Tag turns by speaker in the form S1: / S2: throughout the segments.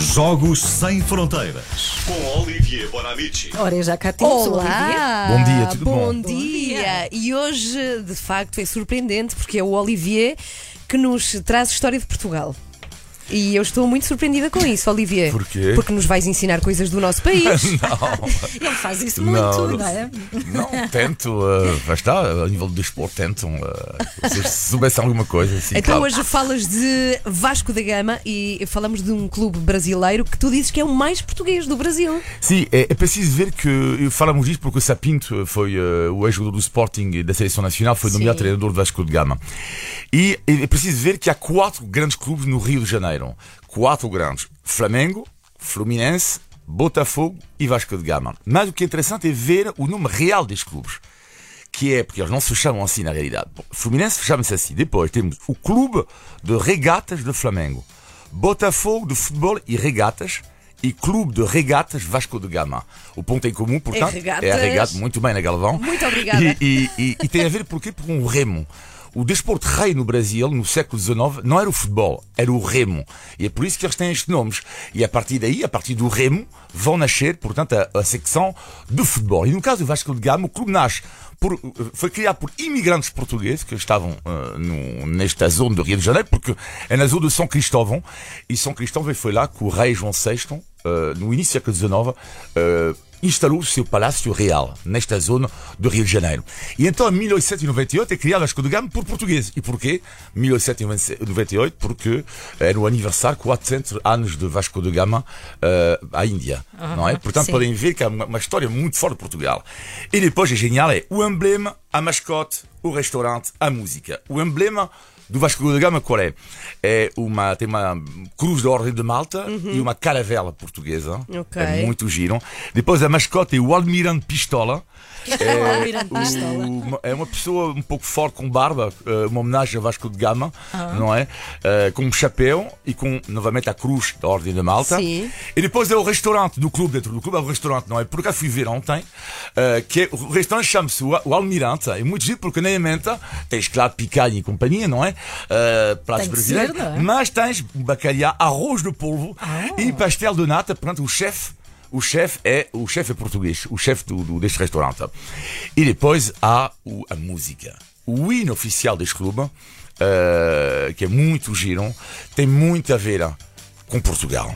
S1: Jogos Sem Fronteiras. Com Olivier Bonamici.
S2: Ora, já cá temos o Olivier.
S3: Olá! Bom dia, tudo bom?
S2: Bom dia! E hoje, de facto, é surpreendente porque é o Olivier que nos traz história de Portugal. E eu estou muito surpreendida com isso, Olivier.
S3: Porquê?
S2: Porque nos vais ensinar coisas do nosso país.
S4: Ele faz isso
S3: Não,
S4: muito,
S3: não-
S4: não, é?
S3: Não, tento, eh, mas está, a nível do desporto, tentam. eh, se soubessem alguma coisa, assim,
S2: então
S3: claro.
S2: hoje falas de Vasco da Gama e falamos de um clube brasileiro que tu dizes que é o mais português do Brasil.
S3: Sim, é, é preciso ver que falamos disso porque o Sapinto foi eh, o ex-jogador do Sporting e da Seleção Nacional, foi nomeado
S2: Sim.
S3: treinador do Vasco de Gama. E é preciso ver que há quatro grandes clubes no Rio de Janeiro. Quatro grandes. Flamengo, Fluminense, Botafogo e Vasco de Gama. Mas o que é interessante é ver o nome real destes clubes. Que é, porque eles não se chamam assim na realidade. Bom, Fluminense chama-se assim. Depois temos o Clube de Regatas do Flamengo. Botafogo de Futebol e Regatas. E Clube de Regatas Vasco de Gama. O ponto em comum, portanto, é a
S2: regatas.
S3: regata. Muito bem, né, Galvão?
S2: Muito obrigada.
S3: E- e, e- e tem a ver porquê? Com o remo. O desporto rei no Brasil, no século XIX, não era o futebol, era o remo. E é por isso que eles têm estes nomes. E a partir daí, a partir do remo, vão nascer, portanto, a, a secção do futebol. E no caso do Vasco de Gama, o clube nasce. por- foi criado por imigrantes portugueses que estavam eh, no- nesta zona do Rio de Janeiro, porque é na zona de São Cristóvão. E São Cristóvão foi lá que o rei João VI, eh, no início do século XIX, eh, instalou o seu Palácio Real, nesta zona do Rio de Janeiro. E então, em 1898, é criado Vasco de Gama por português. E porquê? 1898, porque era o aniversário 400 anos de Vasco de Gama eh, à hein. Índia, não é? Portanto,
S4: sim.
S3: podem ver que há uma, uma história muito forte de Portugal. E depois, é genial, é o emblema, a mascote, o restaurante, a música. O emblema do Vasco da Gama qual é? É uma, tem uma cruz da Ordem de Malta e uma caravela portuguesa.
S2: Ok.
S3: É muito giro. Depois a mascote é o Almirante Pistola.
S4: Olá, Miranda.
S3: O- é uma pessoa um pouco forte com barba, eh, uma homenagem a Vasco de Gama, não é? Eh, com um chapéu e com novamente a cruz da Ordem de Malta.
S2: Sim.
S3: E depois é o restaurante do clube, dentro do clube, é o restaurante, não é? Por acaso fui ver ontem, eh, que é, o restaurante chama-se o, o Almirante. É muito giro porque nem a menta tens, claro, picanha e companhia, não é? Eh,
S4: Tem
S3: pratos
S4: que
S3: brasileiros.
S4: ser, não é? Ah.
S3: Mas tens bacalhau, arroz de polvo e pastel de nata, portanto, o chefe. O chefe é, o chef é português, o chefe do, do- deste restaurante. E depois há o- a música. O hino oficial deste clube, eh, que é muito giro, tem muito a ver com Portugal.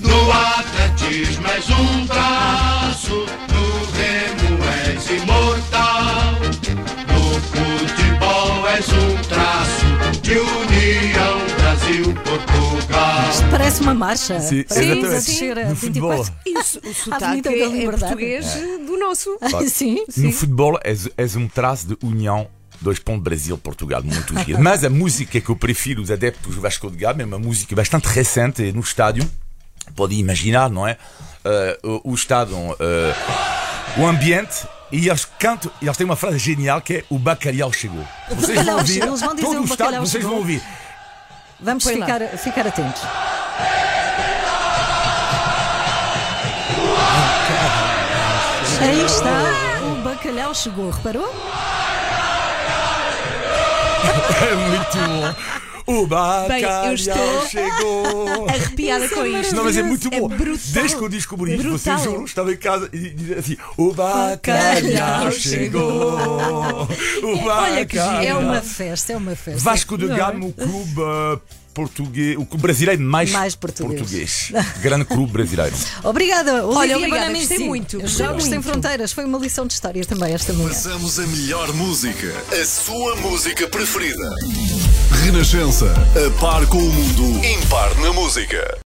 S5: No atletismo és um traço, no remo és imortal. No futebol és um traço de união Brasil-Portugal.
S4: Parece uma marcha.
S3: Sim,
S4: Parece
S3: exatamente.
S4: a descer a
S3: No
S4: 24.
S3: futebol.
S2: E o, su- o sotaque
S4: Avenida da
S2: é, é
S4: Liberdade.
S2: português do nosso.
S4: Ah, Sim.
S3: No futebol és, és um traço de união. Dois pontos Brasil-Portugal, muito giro. Mas a música que eu prefiro, os adeptos do Vasco de Gama, é uma música bastante recente e no estádio. Pode imaginar, não é? Eh, o, o estádio, eh, o ambiente, e eles cantam, e eles têm uma frase genial que é: O bacalhau chegou. Vocês
S4: bacalhau
S3: vão ouvir,
S4: chegou, eles vão dizer,
S3: todo
S4: "O
S3: o estádio,
S4: bacalhau
S3: vocês
S4: chegou".
S3: vão ouvir.
S4: Vamos
S2: Põe lá.
S4: ficar, ficar atentos. Aí está. O bacalhau chegou, reparou?
S3: É muito bom. O bacalhau
S2: estou-
S3: chegou.
S2: Arrepiada com isto.
S3: Não, mas é muito bom.
S2: brutal.
S3: Desde que eu descobri
S2: É
S3: isto,
S2: brutal.
S3: vocês juro, estava em casa e dizia assim: O bacalhau
S4: Bacalhau
S3: chegou. O
S4: Olha que giro. É uma
S3: bacalhau.
S4: festa, é uma festa.
S3: Vasco de
S4: Não é?
S3: Gama, o clube eh, português, o clube brasileiro mais,
S4: Mais português.
S3: português. Grande clube brasileiro.
S4: Obrigada, Olivia
S2: obrigada,
S4: Bonamici.
S2: gostei muito.
S4: Jogos
S2: Muito.
S4: sem fronteiras. Foi uma lição de história também esta manhã.
S6: Passamos a melhor música. A sua música preferida. Renascença. A par com o mundo. Impar na música.